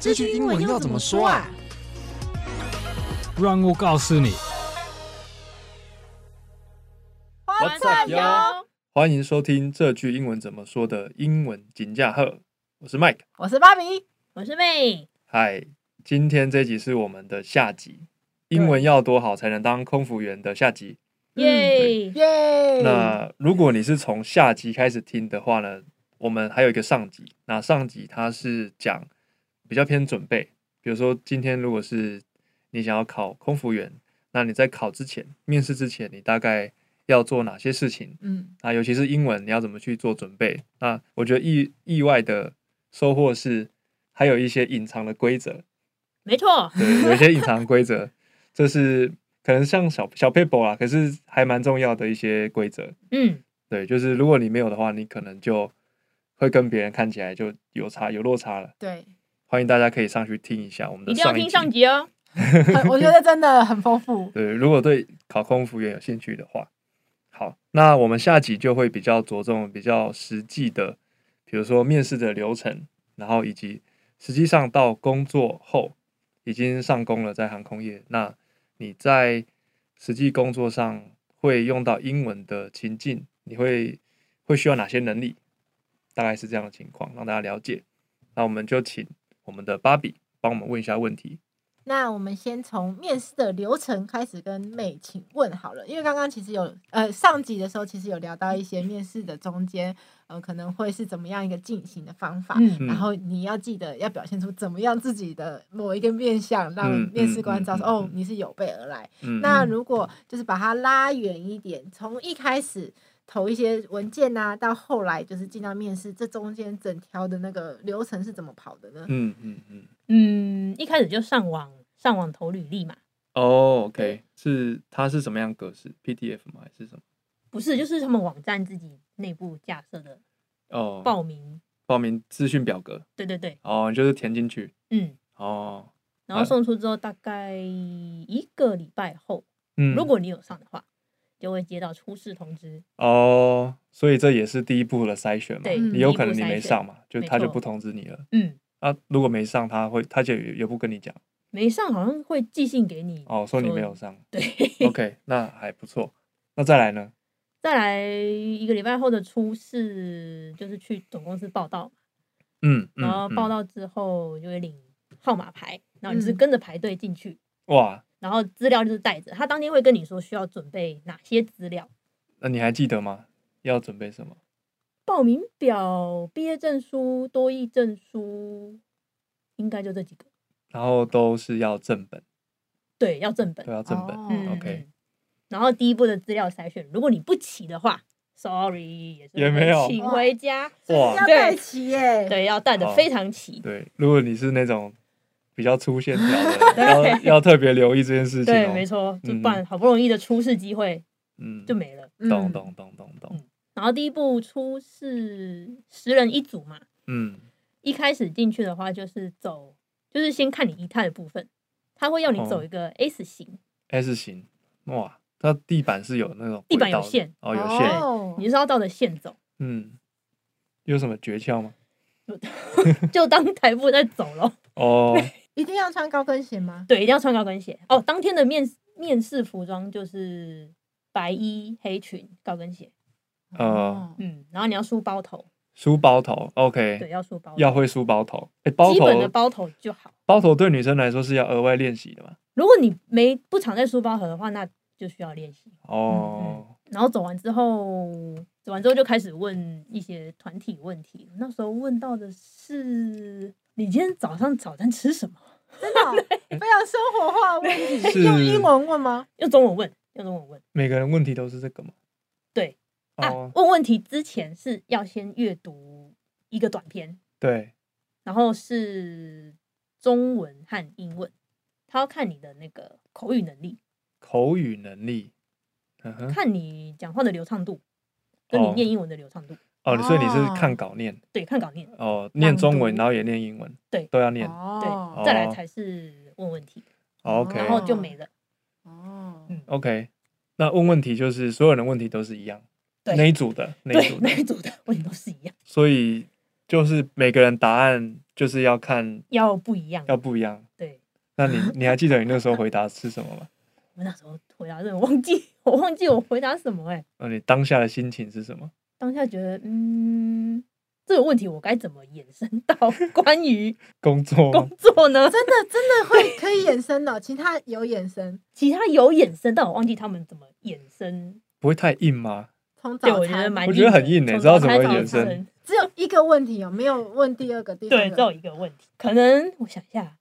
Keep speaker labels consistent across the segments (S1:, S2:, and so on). S1: 这句英文要怎么说啊？
S2: 让我告诉你。
S3: What's up, yo？
S4: 欢迎收听这句英文怎么说的英文金驾鹤，我是 Mike。
S3: 我是芭比，
S5: 我是妹，
S4: 嗨，今天这集是我们的下集，英文要多好才能当空服员的下集。
S3: 嗯
S5: 耶！
S3: 耶！
S4: 那如果你是从下集开始听的话呢，我们还有一个上集，那上集它是讲比较偏准备，比如说今天如果是你想要考空服员，那你在考之前、面试之前，你大概要做哪些事情？
S3: 嗯，
S4: 那尤其是英文，你要怎么去做准备？那我觉得意意外的收获是，还有一些隐藏的规则，
S5: 没错，
S4: 对，有一些隐藏的规则，这是可能像小小 paper 啊，可是还蛮重要的一些规则。
S5: 嗯，
S4: 对，就是如果你没有的话，你可能就会跟别人看起来就有差有落差了。
S3: 对，
S4: 欢迎大家可以上去听一下我们的
S5: 一定要
S4: 上
S5: 听
S4: 一
S5: 上
S4: 集。
S5: 集哦。
S3: 很 我觉得真的很丰富。
S4: 对，呃如果对考空服员有兴趣的话，好，那我们下集就会比较着重比较实际的，比如说面试的流程，然后以及实际上到工作后已经上工了，在航空业，那你在实际工作上会用到英文的情境，你会会需要哪些能力？大概是这样的情况，让大家了解。那我们就请我们的芭比帮我们问一下问题。
S3: 那我们先从面试的流程开始跟妹请问好了，因为刚刚其实有呃上集的时候其实有聊到一些面试的中间呃可能会是怎么样一个进行的方法，
S5: 嗯
S3: 然后你要记得要表现出怎么样自己的某一个面相，让
S4: 嗯
S3: 面试官知道说、
S4: 嗯嗯嗯
S3: 哦你是有备而来。
S4: 嗯
S3: 那如果就是把它拉远一点，从一开始投一些文件呐、到后来就是进到面试，这中间整条的那个流程是怎么跑的呢？
S4: 嗯嗯嗯。
S5: 嗯，一开始就上网上网投履历嘛，
S4: 哦、o k 是它是什么样格式？PDF 吗？还是什么？
S5: 不是，就是他们网站自己内部架设的
S4: 哦、
S5: 报名，
S4: 报名资讯表格，
S5: 对对对，
S4: 哦、你就是填进去，
S5: 嗯，
S4: 哦、
S5: 然后送出之后大概一个礼拜后，
S4: 嗯，
S5: 如果你有上的话，就会接到初试通知，
S4: 哦所以这也是第一步的筛选嘛，
S5: 对
S4: 你
S3: 第
S4: 有
S5: 一
S4: 可
S5: 步
S4: 能你
S5: 筛
S4: 没
S5: 选
S4: 上嘛，就
S5: 没
S4: 他就
S5: 错
S4: 不通知你了。
S5: 嗯，
S4: 啊，如果没上，他会他就也也不跟你讲，
S5: 没上好像会寄信给你，
S4: 哦，说你没有上。
S5: 对，
S4: OK，那还不错。那再来呢？
S5: 再来一个礼拜后的初试就是去总公司报道嘛。
S4: 嗯，嗯
S5: 然后哦报
S4: 嗯
S5: 到之后就会领号码牌，然后你是
S3: 嗯
S5: 跟着排队进去，
S4: 哇，
S5: 然后资料就是带着。他当天会跟你说需要准备哪些资料，
S4: 那你还记得吗？要准备什么？
S5: 报名表、毕业证书、多益证书，应该就这几个。
S4: 然后都是要正本，
S5: 对，要正本。
S4: 都要正本。
S3: 哦
S5: 嗯
S4: 啊 OK
S5: 嗯然后第一步的资料筛选，如果你不齐的话，sorry，也是
S4: 也
S5: 会
S4: 没有
S5: 请回家。
S4: 哇，
S3: 要带齐耶，
S5: 对，要带的
S4: 好
S5: 非常齐。
S4: 对，如果你是那种比较粗线条 的，要要特别留意这件事情、哦。
S5: 对，没错，就
S4: 嗯
S5: 不然好不容易的出试机会
S4: 嗯，
S5: 就没了。
S3: 嗯
S4: 懂懂懂懂懂，
S5: 然后第一步出是十人一组嘛，
S4: 嗯
S5: 一开始进去的话，就是走，就是先看你仪态的部分，他会要你
S4: 哦
S5: 走一个 S 型，
S4: ，S 型，哇，它地板是有那种
S5: 地板
S4: 轨道
S5: 有
S4: 的
S5: 线
S4: 哦，有线，
S3: 哦
S5: 你就是要照着线走，
S4: 嗯，有什么诀窍吗？
S5: 就当台步在走咯。
S4: 哦，
S3: 一定要穿高跟鞋吗？
S5: 对，一定要穿高跟鞋哦。当天的面面试服装就是白衣、黑裙、高跟鞋，
S4: 呃，
S3: 哦，
S5: 嗯，然后你要梳包头，
S4: 梳包头
S5: 对，
S4: ，OK，
S5: 要梳包头，
S4: 要会梳包头，哎、包
S5: 基本的
S4: 头
S5: 包头就好。
S4: 包头对女生来说是要额外练习的嘛？
S5: 如果你没不常在梳包头的话，那就需要练习。嗯
S4: 哦，
S5: 然后走完之后，走完之后就开始问一些团体问题。那时候问到的是，你今天早上早餐吃什么？
S3: 真 的哦非常生活化的问题，
S4: 是
S3: 用英文问吗？
S5: 用中文问，用中文问。
S4: 每个人问题都是这个嘛？
S5: 对啊
S4: 哦，，
S5: 问问题之前是要先阅读一个短片，
S4: 对，
S5: 然后是中文和英文，他要看你的那个口语能力，
S4: 口语能力，嗯哼。
S5: 看你讲话的流畅度，跟你
S4: 哦
S5: 念英文的流畅度。
S4: 哦，所以你是
S3: 哦
S4: 看稿念
S5: 对，看稿念，
S4: 哦，念中文，
S5: 朗读
S4: 然后也念英文，
S5: 对
S4: 都要念。
S3: 哦
S5: 对，再来
S4: 哦
S5: 才是问问题，
S4: 哦 OK，
S5: 然后就没了。
S3: 哦，
S5: 嗯
S4: OK，那问问题就是所有人的问题都是一样，
S5: 对
S4: 那一组的那一
S5: 对
S4: 组，的，
S5: 那一组的问题都是一样。
S4: 所以就是每个人答案就是要看
S5: 要不一样。
S4: 要不一样。
S5: 对，
S4: 那你你还记得你那时候回答是什么吗？
S5: 我那时候回答什么忘记，我忘记我回答什么哎、
S4: 那呃你当下的心情是什么？
S5: 当下觉得嗯，这个问题我该怎么延伸到 关于
S4: 工作吗
S5: 工作呢？
S3: 真的真的会可以衍生的，其他有衍生，
S5: 其他有衍生，但我忘记他们怎么衍生。
S4: 不会太硬吗？
S3: 从
S5: 对，
S3: 早
S5: 我觉得
S3: 餐
S5: 蛮
S4: 我
S5: 硬的，
S4: 觉得很硬欸
S5: 从
S4: 知道
S5: 早
S4: 怎
S5: 餐
S4: 么
S5: 到
S4: 衍
S5: 晚
S4: 生
S5: 餐
S3: 只有一个问题哦，没有问第二个、第
S5: 对，
S3: 三
S5: 只有
S3: 个。
S5: 一个问题，可能我想一下，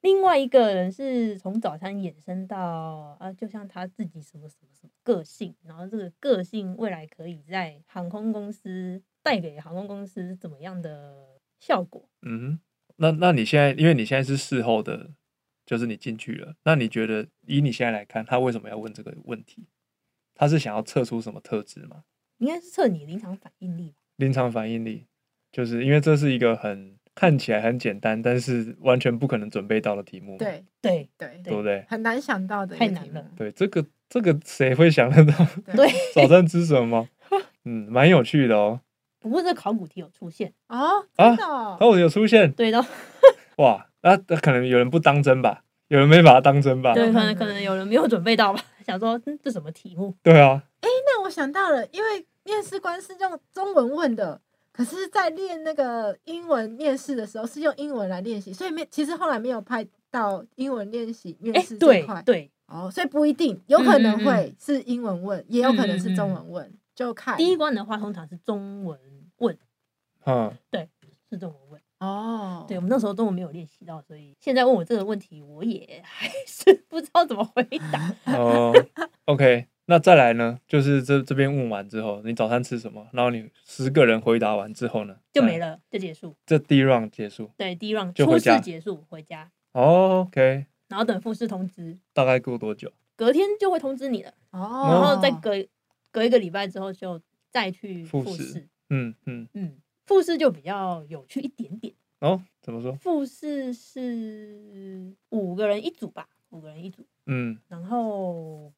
S5: 另外一个人是从早餐衍生到啊，就像他自己什么什么什么个性，然后这个个性未来可以在航空公司带给航空公司怎么样的效果？
S4: 嗯哼，那那你现在，因为你现在是事后的，就是你进去了，那你觉得以你现在来看，他为什么要问这个问题？他是想要测出什么特质吗？
S5: 应该是测你临场反应力吧？
S4: 临场反应力，就是因为这是一个很看起来很简单，但是完全不可能准备到的题目嘛，
S3: 对
S5: 对
S3: 对
S4: 对不对？
S3: 很难想到的一个
S5: 太难
S3: 题目
S5: 了
S4: 对，这个这个谁会想得到
S5: 对，
S4: 早餐吃什 么？嗯，蛮有趣的哦。
S5: 不过这考古题有出现，
S3: 哦，
S4: 啊
S3: 真的哦
S4: 哦，有出现
S5: 对，然后
S4: 哇，那、那可能有人不当真吧，有人没把它当真吧？
S5: 对，
S3: 嗯
S5: 可能可能有人没有准备到吧，想说、嗯、这什么题目？
S4: 对啊，
S3: 那我想到了，因为面试官是用中文问的，可是，在练那个英文面试的时候是用英文来练习，所以没其实后来没有派到英文练习面
S5: 哎，
S3: 试这一
S5: 对
S3: 块。
S5: 对，
S3: 哦，所以不一定，有可能
S5: 嗯嗯嗯
S3: 会是英文问，也有可能是中文问，就看
S5: 第一关的话通常是中文问，
S4: 嗯，
S5: 是中文问。
S3: 哦，
S5: 对，我们那时候中文没有练习到，所以现在问我这个问题，我也还 是不知道怎么回答。
S4: 哦，OK，那再来呢？就是这这边问完之后，你早餐吃什么？然后你十个人回答完之后呢，
S5: 就
S4: 再
S5: 没。了，就结束。
S4: 这第一 round 结束。
S5: 对，第一 round
S4: 哎就
S5: 初
S4: 回家
S5: 试结束，回家，
S4: 哦，OK，
S5: 然后等复试通知，
S4: 大概过多久？
S5: 隔天就会通知你了，
S3: 哦，
S5: 然后再隔、隔一个礼拜之后就再去
S4: 复
S5: 复
S4: 试
S5: 试。
S4: 嗯嗯，
S5: 嗯，复试就比较有趣一点点。
S4: 哦，怎么说？
S5: 复试是五个人一组吧，五个人一组，
S4: 嗯
S5: 然后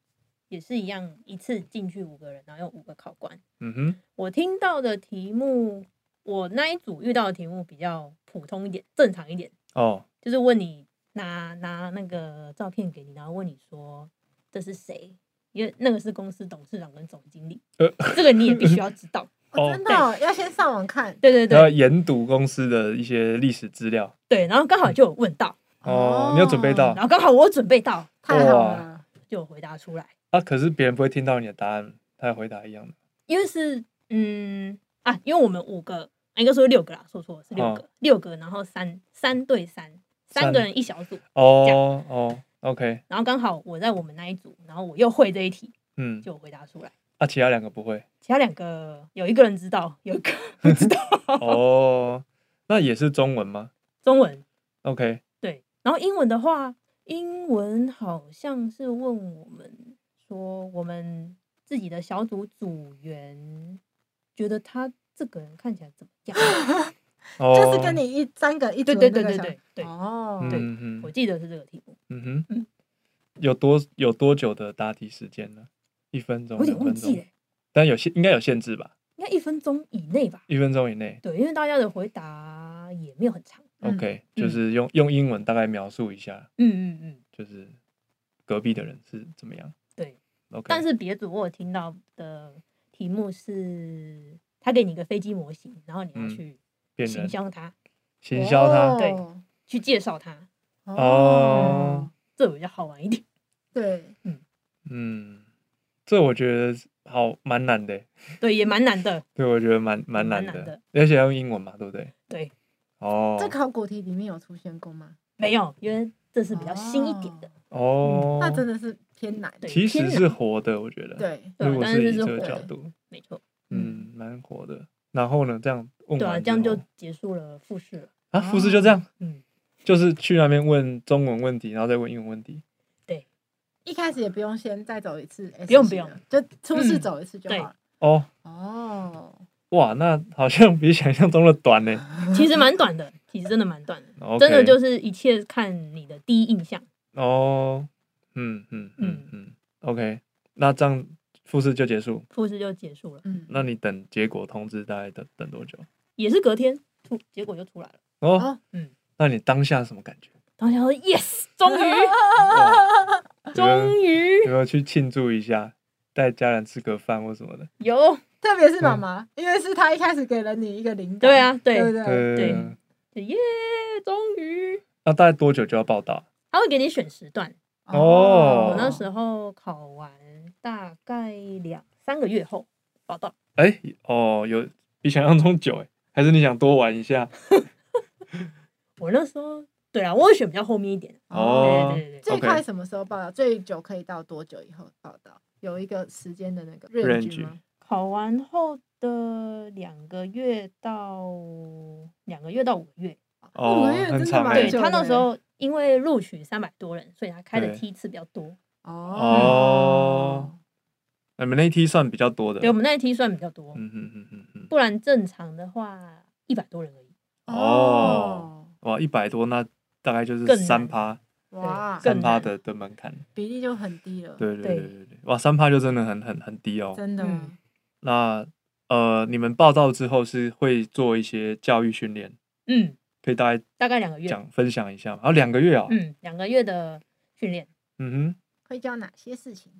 S5: 也是一样，一次进去五个人，然后有五个考官。
S4: 嗯哼，
S5: 我听到的题目，我那一组遇到的题目比较普通一点，正常一点，
S4: 哦，
S5: 就是问你拿拿那个照片给你，然后问你说这是谁，因为那个是公司董事长跟总经理，
S4: 呃
S5: 这个你也必须要知道。
S3: 哦真的哦、要先上网看
S5: 对对
S4: 然后
S5: 对
S4: 研读公司的一些历史资料。
S5: 对，然后刚好就有问到，
S4: 哦，你有准备到
S5: 然后刚好我有准备到，
S3: 太好
S4: 哇
S3: 了，
S5: 就有回答出来，
S4: 啊？可是别人不会听到你的答案，他的回答一样的。
S5: 因为是嗯啊，因为我们五个，啊应该说六个啦，说错了是六个，六个，然后三三对三，三个
S4: 三
S5: 人一小组。
S4: 哦哦，OK，
S5: 然后刚好我在我们那一组，然后我又会这一题，
S4: 嗯，
S5: 就回答出来。
S4: 啊，其他两个不会。
S5: 其他两个有一个人知道，有一个不知道。
S4: 哦， 那也是中文吗
S5: 中文
S4: ？OK，
S5: 对，然后英文的话，英文好像是问我们说，我们自己的小组组员觉得他这个人看起来怎么 样？
S4: 哦，
S3: 就是跟你一三个一组
S5: 对
S3: 的
S5: 对对
S3: 那个
S5: 对
S3: 小
S5: 对对，
S3: 哦，
S4: 嗯
S5: 对
S4: 嗯
S5: 我记得是这个题目，
S4: 嗯哼
S5: 嗯，
S4: 有多有多久的答题时间呢？一分钟，
S5: 我有点
S4: 两
S5: 忘
S4: 分
S5: 记了
S4: 钟，，但有限应该有限制吧？
S5: 应该一分钟以内吧？
S4: 一分钟以内。
S5: 对，因为大家的回答也没有很长。
S3: 嗯
S4: OK，就是用用英文大概描述一下，
S5: 嗯嗯嗯，
S4: 就是隔壁的人是怎么样。
S5: 对。
S4: OK，
S5: 但是别组我有听到的题目是，他给你一个飞机模型，然后你要
S4: 嗯
S5: 去
S4: 变
S5: 行
S4: 人
S5: 销它，
S4: 行销他
S3: 哦
S5: 对去介绍它，
S4: 哦，
S5: 这比较好玩一点。
S3: 对，
S4: 嗯，这我觉得好蛮难的，
S5: 对，也蛮难的。
S4: 对我觉得蛮蛮
S5: 蛮
S4: 难
S5: 难
S4: 的
S5: 的，
S4: 而且要用英文嘛，对不对？
S5: 对，
S4: 哦，
S3: 这考古题里面有出现过吗？
S5: 没有，因为这是比较新一点的
S3: 哦，
S5: 嗯
S4: 哦，
S3: 那真的是偏难，
S5: 对
S4: 其实
S5: 偏
S4: 是
S5: 冷
S4: 活的，我觉得，
S3: 对
S5: 对啊
S4: 如果
S5: 但是
S4: 以
S5: 是
S4: 这
S5: 活
S4: 个
S5: 的
S4: 角度，
S5: 没错。
S4: 嗯，蛮活的。然后呢，这样问
S5: 对啊，
S4: 完
S5: 这样
S4: 之
S5: 就哦
S4: 后
S5: 结束了复试了。
S4: 啊，复试就这样，
S5: 嗯，
S4: 就是去那边问中文问题，然后再问英文问题。
S3: 一开始也不用先再走一次 S 型的，
S5: 不用不用
S3: 就初试
S5: 嗯
S3: 走一次就
S5: 对
S3: 好了。
S4: 哦，
S3: 哦，
S4: 哇，那好像比想象中的短 呢。
S5: 其实蛮短的，其实真的蛮短 的，
S4: OK
S5: 真的就是一切看你的第一印象。
S4: 哦，嗯嗯嗯嗯，OK，那这样复试就结束。
S5: 复试就结束了，
S3: 嗯，
S4: 那你等结果通知大概等等多久？
S5: 也是隔天，出结果就出来了。
S4: 哦，
S3: 哦，
S5: 嗯，
S4: 那你当下什么 感觉？
S5: 当时说 yes，终于，
S4: 哇
S5: 终
S4: 有
S5: 于
S4: 没有去庆祝一下，带家人吃个饭或什么的？
S5: 有，
S3: 特别是妈妈，因为是她一开始给了你一个灵感，
S5: 对啊，
S3: 对不
S5: 对，
S3: 对？
S5: 对就耶，终于，
S4: 呃那大概多久就要报道？
S5: 他会给你选时段。
S4: 哦
S5: 我那时候考完大概两三个月后报道，
S4: 哎、哦，有比想象中久哎，还是你想多玩一下？
S5: 我那时候对啊，我会选比较后面一点。
S4: 哦
S5: 对对对对，
S3: 最
S4: OK
S3: 快什么时候报道？最久可以到多久以后报道？有一个时间的那个
S4: Range
S3: 吗？
S5: 考完后的两个月到两个月到五个月，
S4: 哦
S3: 五个月
S4: 很
S3: 真的
S4: 长
S3: 蛮
S4: 哎
S5: 对
S3: 久
S5: 他那
S3: 的欸
S5: 时候因为录取三百多人，所以他开的
S4: 对
S5: 梯次比较多。
S4: 哦，你们那一梯算比较多的。
S5: 对，我们那一梯算比较多，
S4: 嗯嗯嗯嗯嗯，
S5: 不然正常的话一百多人而已。
S4: 哦，哇，一百多那大概就是
S5: 更难
S4: 三趴，
S3: 哦哇，
S5: 更
S4: 三趴
S5: 难
S4: 的的门槛。
S3: 比例就很低了，
S4: 对对
S5: 对
S4: 对对对，哇，三趴就真的很很很低哦。
S3: 真的。
S5: 嗯
S4: 那呃，你们报道之后是会做一些教育训练，
S5: 嗯，
S4: 可以大概
S5: 大概两个月。
S4: 讲分享一下吗？啊，两个月啊、嗯
S5: 嗯，两个月的训练，
S4: 哼，
S3: 会教哪些事情？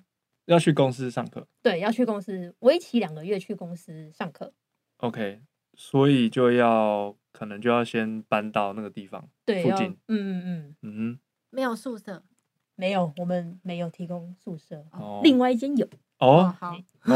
S4: 要去公司上课。
S5: 对，要去公司，为期两个月去公司上课。
S4: OK，所以就要可能就要先搬到那个地方。
S5: 对，
S4: 附
S5: 要
S4: 近
S5: 嗯嗯嗯，
S4: 嗯
S3: 没有宿舍
S5: 没有，我们没有提供宿舍，
S4: 哼，哦，
S5: 另外一间有。。
S4: 哦
S3: 好，
S4: 哦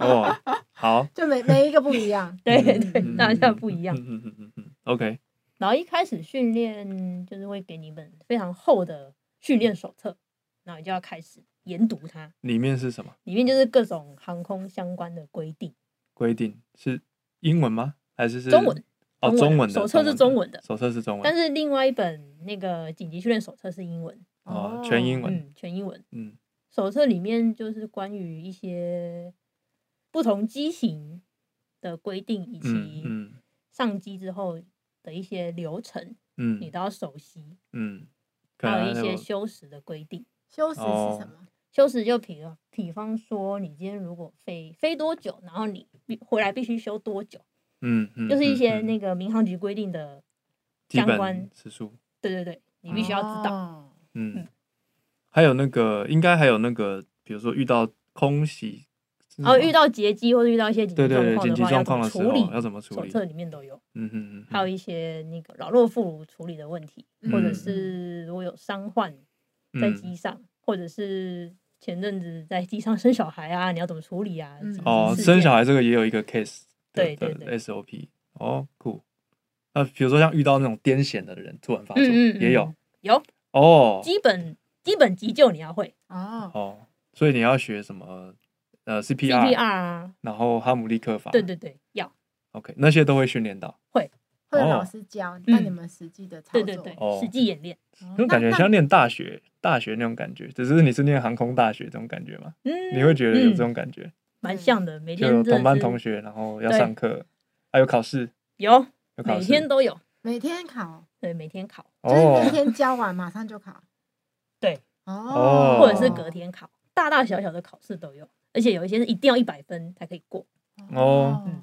S4: 哦，好，
S3: 就每每一个不一样
S5: 对
S3: 嗯
S5: 对，
S3: 嗯
S5: 大家不一样。
S4: 嗯嗯嗯嗯嗯，OK，
S5: 然后一开始训练就是会给你一本非常厚的训练手册，然后你就要开始研读它，
S4: 里面是什么
S5: 里面就是各种航空相关的规定。
S4: 规定？是英文吗？还是是
S5: 中文？
S4: 哦，
S5: 中文
S4: 中文的
S5: 手册是中文的
S4: 手册是中文，
S5: 但是另外一本那个紧急训练手册是英文，
S4: 哦，全英文，
S5: 嗯，全英文。
S4: 嗯
S5: 手册里面就是关于一些不同机型的规定，以
S4: 嗯
S5: 及
S4: 嗯
S5: 上机之后的一些流程，你
S4: 嗯
S5: 都要熟悉，
S4: 嗯，可
S5: 还
S4: 能
S5: 有一
S4: 那
S5: 些
S4: 种
S5: 休时的规定。
S3: 休息是什
S4: 哦
S3: 么？
S5: 休时就比如比方说，你今天如果飞飞多久，然后你必回来必须休多久，
S4: 嗯嗯，
S5: 就是一些
S4: 嗯嗯
S5: 那个民航局规定的
S4: 基
S5: 相关
S4: 本，时数，
S5: 对对对，你必须要知道。
S3: 道。
S4: 嗯
S5: 嗯，
S4: 还有那个应该还有那个，比如说遇到空袭，是
S5: 然后
S4: 什么
S5: 哦遇到劫机或者遇到一些
S4: 嗯
S5: 紧
S4: 对
S5: 急
S4: 对
S5: 状
S4: 对
S5: 况
S4: 紧急
S5: 的话，
S4: 状
S5: 要
S4: 况的时
S5: 处
S4: 候
S5: 理？
S4: 要怎么处
S5: 手
S4: 理？
S5: 册里面都有。
S4: 嗯嗯嗯，
S5: 还有一些那个老弱妇孺处理的问题，或者是如果有伤患在
S4: 嗯
S5: 机上，或者是前阵子在机上生小孩啊，你要怎么处理啊？
S3: 嗯
S5: 什么
S4: 哦，
S5: 事
S4: 生
S5: 件
S4: 小孩这个也有一个 case 的
S5: 对对
S4: 的
S5: 对
S4: SOP 哦，酷。那比如说像遇到那种癫痫的人突然发作，
S5: 嗯嗯嗯
S4: 也有
S5: 有
S4: 哦
S5: 基本基本急救你要会
S3: 哦，
S4: 哦，所以你要学什么呃 CPR，,
S5: CPR 啊，
S4: 然后哈姆立克法，
S5: 对对哦对，要
S4: ，OK，那些都会训练到，
S3: 会有老师教，那你们实际的操
S5: 嗯对
S3: 作。
S5: 对对
S4: 哦，
S5: 实际演练，
S4: 那种感觉像念大学大学那种感觉，只是你是念航空大学这种感觉嘛，
S5: 嗯，
S4: 你会觉得有这
S5: 嗯
S4: 种感觉，
S5: 蛮像的，每天
S4: 就
S5: 真的
S4: 同班
S5: 是
S4: 同学，然后要
S5: 对
S4: 上课，还有考试，
S5: 有，
S4: 有考
S5: 每
S4: 试，
S5: 天都有，
S3: 每天考，
S5: 对，每天考
S3: 就是
S4: 哦
S3: 每天教完马上就考。
S5: 对。
S3: 哦。
S5: 或者是隔天考，大大小小的考试都有，而且有一些是一定要一百分才可以过，
S4: 哦
S5: 嗯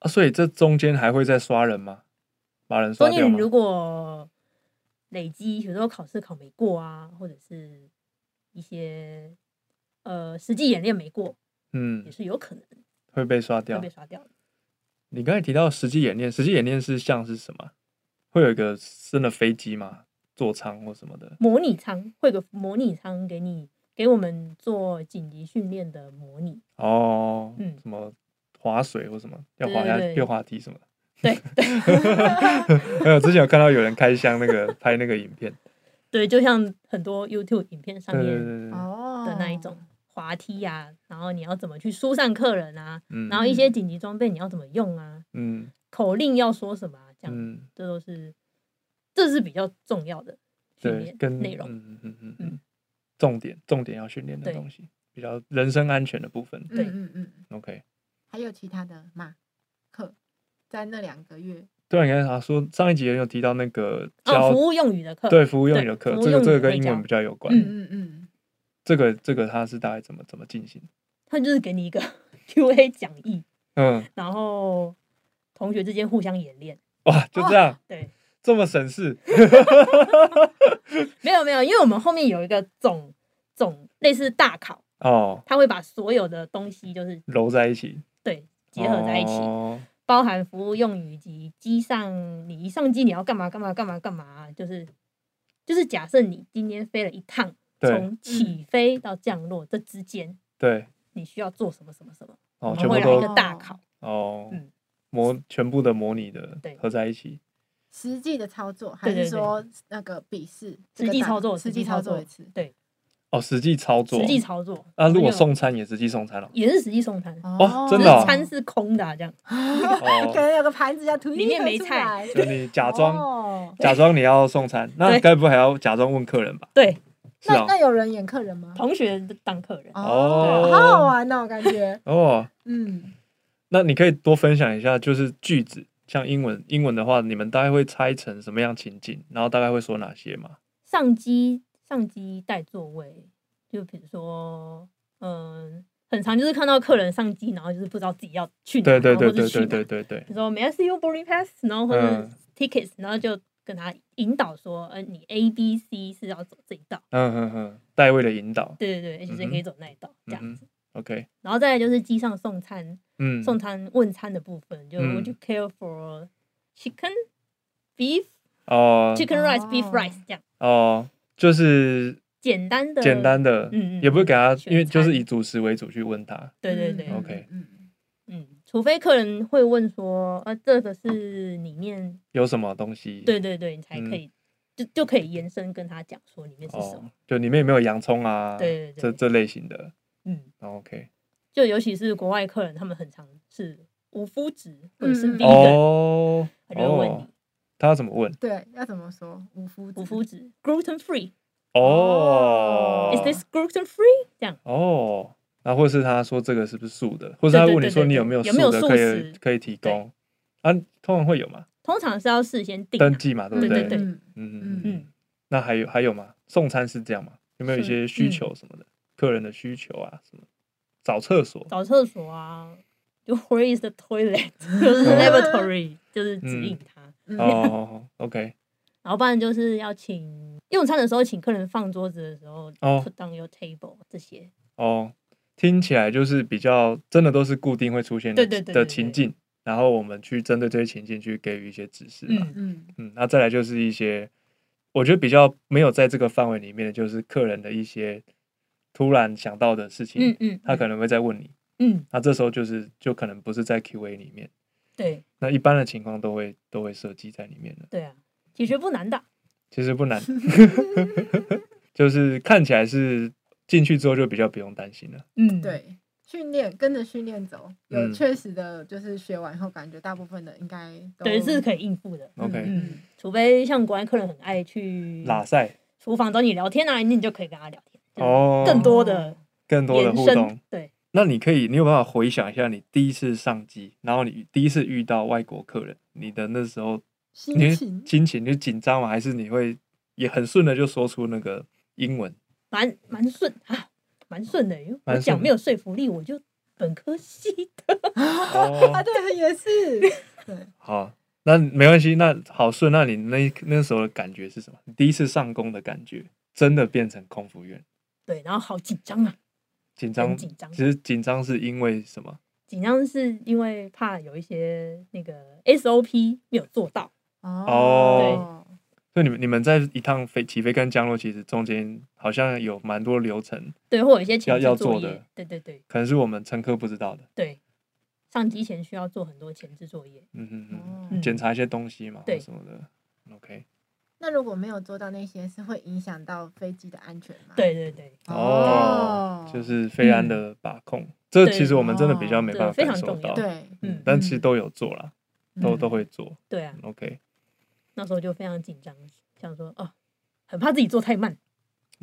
S4: 啊，所以这中间还会再刷人吗？把人刷
S5: 中间
S4: 掉
S5: 你
S4: 吗？
S5: 如果累积，比如说考试考没过啊，或者是一些呃实际演练没过，
S4: 嗯
S5: 也，是有可能
S4: 会被刷
S5: 会
S4: 掉
S5: 被。刷掉的。
S4: 你刚才提到实际演练，实际演练是像是什么？会有一个真的飞机吗？座舱或什么的？
S5: 模拟舱会有个模拟舱给你给我们做紧急训练的模拟，
S4: 哦，
S5: 嗯
S4: 什么划水或什么？要滑
S5: 对
S4: 下
S5: 对
S4: 溜滑梯什么的？
S5: 对
S4: 对，没有，之前有看到有人开箱那个拍那个影片，
S5: 对，就像很多 YouTube 影片 上
S4: 对对对对
S5: 面
S4: 对，
S3: 哦
S5: 的那一种。滑梯呀、然后你要怎么去疏散客人啊，
S4: 嗯
S5: 然后一些紧急装备你要怎么用啊，
S4: 嗯
S5: 口令要说什么啊，这样
S4: 嗯，
S5: 这都是这是比较重要的训
S4: 对，
S5: 练
S4: 跟
S5: 内容。
S4: 嗯嗯嗯嗯
S5: 嗯，
S4: 重点重点要训练的
S5: 对
S4: 东西，比较人身安全的部分。
S3: 嗯嗯嗯，
S4: OK，
S3: 还有其他的吗？课在那两个月，
S4: 对啊，你看啊，说上一集也有提到那个教、
S5: 哦，服务用语 的课，
S4: 对服务用语的
S5: 对
S4: 课，
S5: 服务
S4: 这个
S5: 用语
S4: 这个
S5: 也
S4: 跟
S5: 会
S4: 英文
S5: 教
S4: 比较有关。
S3: 嗯嗯嗯，
S4: 这个这个它是大概怎么怎么进行？
S5: 他就是给 你一个 Q&A 讲义，
S4: 嗯
S5: 然后同学之间互相演练，
S4: 哇，就这样
S5: 哦对，
S4: 这么省事，
S5: 没有没有，因为我们后面有一个总总类似大考，
S4: 哦，
S5: 他会把所有的东西就是
S4: 揉在一起，
S5: 对结合在一起，
S4: 哦
S5: 包含服务用语及机上你一上机你要干嘛干嘛干嘛干嘛，就是就是假设你今天飞了一趟，
S4: 对
S5: 从起飞到降落这之间，
S4: 对，
S5: 你需要做什么什么什么，
S4: 哦，
S5: 我
S4: 全
S5: 们
S4: 部
S5: 会来一
S4: 都
S5: 个大考，
S4: 哦
S5: 嗯，
S4: 模全部的模拟的
S5: 对
S4: 合在一起，
S3: 实际的操作，还
S5: 对
S3: 是
S5: 对对
S3: 说那个笔试？这
S5: 实
S3: 个
S5: 际
S3: 大
S5: 操作
S3: 实
S5: 实
S3: 际
S5: 际
S3: 操
S5: 操
S3: 作
S5: 作
S3: 一次。
S5: 对，
S4: 哦，实际操作，
S5: 实际操作。
S4: 啊，如果
S5: 我们就
S4: 送餐也实际送餐了，
S5: 也是实际送餐，
S4: 哇真
S5: 只
S4: 的哦
S5: 是餐是空的、啊、这样，
S3: 可
S4: 哦，
S3: 能有个盘子要涂
S5: 里面没菜
S4: 就你假装
S3: 装
S4: 假装你要送餐，那
S5: 哦对
S4: 该不会还要假装问客人吧？
S5: 对，
S4: 是
S3: 那
S4: 啊，
S3: 那有人演客人吗？
S5: 同学当客人。
S4: 哦
S3: 好好玩哦，感觉
S4: 哦，
S3: 嗯，
S4: 那你可以多分享一下，就是句子，像英文英文的话，你们大概会拆成什么样情境，然后大概会说哪些嘛？
S5: 上机上机带座位，就比如说，嗯，很常就是看到客人上机，然后就是不知道自己要去哪，
S4: 对对对
S5: 然后或
S4: 对
S5: 是去
S4: 对
S5: 哪
S4: 对对对，
S5: 你说 May I see your boarding pass，然后或者
S4: 嗯
S5: tickets，、然后就跟他引导说，呃，你 A B C 是要走这一道，
S4: 嗯嗯嗯，代位的引导
S5: 对对对，H C
S4: 嗯哼
S5: 可以走那一道，
S4: 嗯
S5: 这样子。
S4: ，OK，
S5: 然后再来就是机上送餐，
S4: 嗯，
S5: 送餐问餐的部分，就
S4: 嗯
S5: Would you care for chicken, beef,
S4: 哦
S5: chicken rice, beef
S3: 哦
S5: rice 这样
S4: 哦，就是
S5: 简单的，
S4: 简单的，
S5: 嗯嗯
S4: 也不会给他，因为
S5: 选餐
S4: 就是以主食为主去问他，
S5: 对对对
S3: 嗯
S4: OK
S3: 嗯嗯
S5: 嗯，除非客人会问说，呃，这个是里面，
S4: 有什么东西，
S5: 对对对，你才可以、就就可以延伸跟他讲说里面是什么，
S4: 嗯哦，就里面有没有洋葱啊，
S5: 对对对
S4: 这这类型的
S5: 嗯，
S4: 哦，OK，
S5: 就尤其是国外客人，他们很常是无肤质或者是
S3: 嗯嗯
S5: vegan，、
S4: 哦
S5: 他就会问
S4: 哦
S5: 你，
S4: 他要怎么问？
S3: 对，要怎么说？无夫
S5: 无肤质 gluten free、
S4: 哦
S5: is this gluten free 这样，
S4: 哦，那或是他说这个是不是素的，或是他
S5: 对对
S4: 问你
S5: 对
S4: 说
S5: 对
S4: 你
S5: 对
S4: 有没有
S5: 有没有
S4: 的
S5: 素
S4: 可以
S5: 食
S4: 可以提
S5: 对
S4: 供啊？通常会有嘛，
S5: 通常是要事先定、
S4: 登
S5: 啊，
S4: 记嘛，对不
S5: 对对
S4: 对？
S5: 对
S4: 嗯
S3: 嗯
S4: 嗯
S3: 嗯
S4: 嗯。那还有还有吗？送餐是这样吗？有没有一
S5: 是
S4: 些需
S5: 嗯
S4: 求什么的，客人的需求啊什么？找厕所
S5: 找厕所啊，就 where is the toilet，就是
S4: 啊
S5: lavatory，就是指引他。
S3: 嗯
S4: 哦哦哦，OK，
S5: 然后不然就是要请用餐的时候，请客人放桌子的时候、
S4: 哦
S5: p u t down your table 这些。
S4: 哦，听起来就是比较真的都是固定会出现的
S5: 对对对
S4: 的
S5: 对
S4: 情
S5: 对
S4: 境，然后我们去针对这些情境去给予一些指示嘛。
S5: 嗯，
S3: 嗯
S4: 嗯，那再来就是一些，我觉得比较没有在这个范围里面的，就是客人的一些突然想到的事情，
S5: 嗯嗯，
S4: 他可能会再问你，
S5: 嗯
S4: 那这时候就是就可能不是在 Q&A 里面，
S5: 对
S4: 那一般的情况都会都会设计在里面的，
S5: 对啊，解决不难的。
S4: 其实不 难，就是看起来是进去之后就比较不用担心了，
S5: 嗯，
S3: 对，训练跟着训练走，有
S4: 嗯
S3: 确实的，就是学完后感觉大部分的应该都
S5: 对是可以应付的。
S4: OK
S5: 嗯，除非像国外客人很爱去
S4: 拉塞
S5: 厨房找你聊天啊，那你就可以跟他聊天。
S4: 嗯
S5: 就是
S4: 哦，
S5: 更多的
S4: 更多的
S5: 延
S4: 互
S5: 伸
S4: 动。，
S5: 对，
S4: 那你可以，你有办法回想一下你第一次上机，然后你第一次遇到外国客人，你的那时候
S3: 心
S4: 你
S3: 情
S4: 心情就紧张吗？还是你会也很顺的就说出那个英文？
S5: 蛮蛮顺啊，蛮顺的。因为我
S4: 蛮顺
S5: 讲
S4: 的
S5: 没有说服力，我就本科系的。
S3: 啊，
S4: 哦，
S3: 对，也是，对，
S4: 好，那没关系，那好顺。那你那那时候的感觉是什么？你第一次上工的感觉，真的变成空服员，
S5: 对，然后好紧张啊，
S4: 紧张，
S5: 很紧张
S4: 其实紧张是因为什么？
S5: 紧张是因为怕有一些那个 SOP 没有做到。
S4: 哦，就你们你们在一趟飞起飞跟降落，其实中间好像有蛮多流程，
S5: 对，或有一些前
S4: 要要
S5: 置作
S4: 做的
S5: 业，对对对
S4: 可能是我们乘客不知道的。
S5: 对，上机前需要做很多前置作业。
S4: 嗯哼哼，
S3: 哦
S5: 嗯
S4: 检查一些东西嘛，
S5: 对
S4: 什么的。OK，
S3: 那如果没有做到那些，是会影响到飞机的安全吗？，
S5: 对对对
S4: 哦，就是飞安的把控，这其实我们真的比较没办
S5: 对
S4: 法
S5: 非
S4: 感
S5: 常
S4: 受
S5: 重
S4: 到，
S5: 要
S3: 对，
S4: 嗯
S5: 嗯，
S4: 但其实都有做啦，都
S3: 嗯
S4: 都会做。
S5: 对啊，
S4: OK，
S5: 那时候就非常紧张，想说哦，很怕自己做太慢，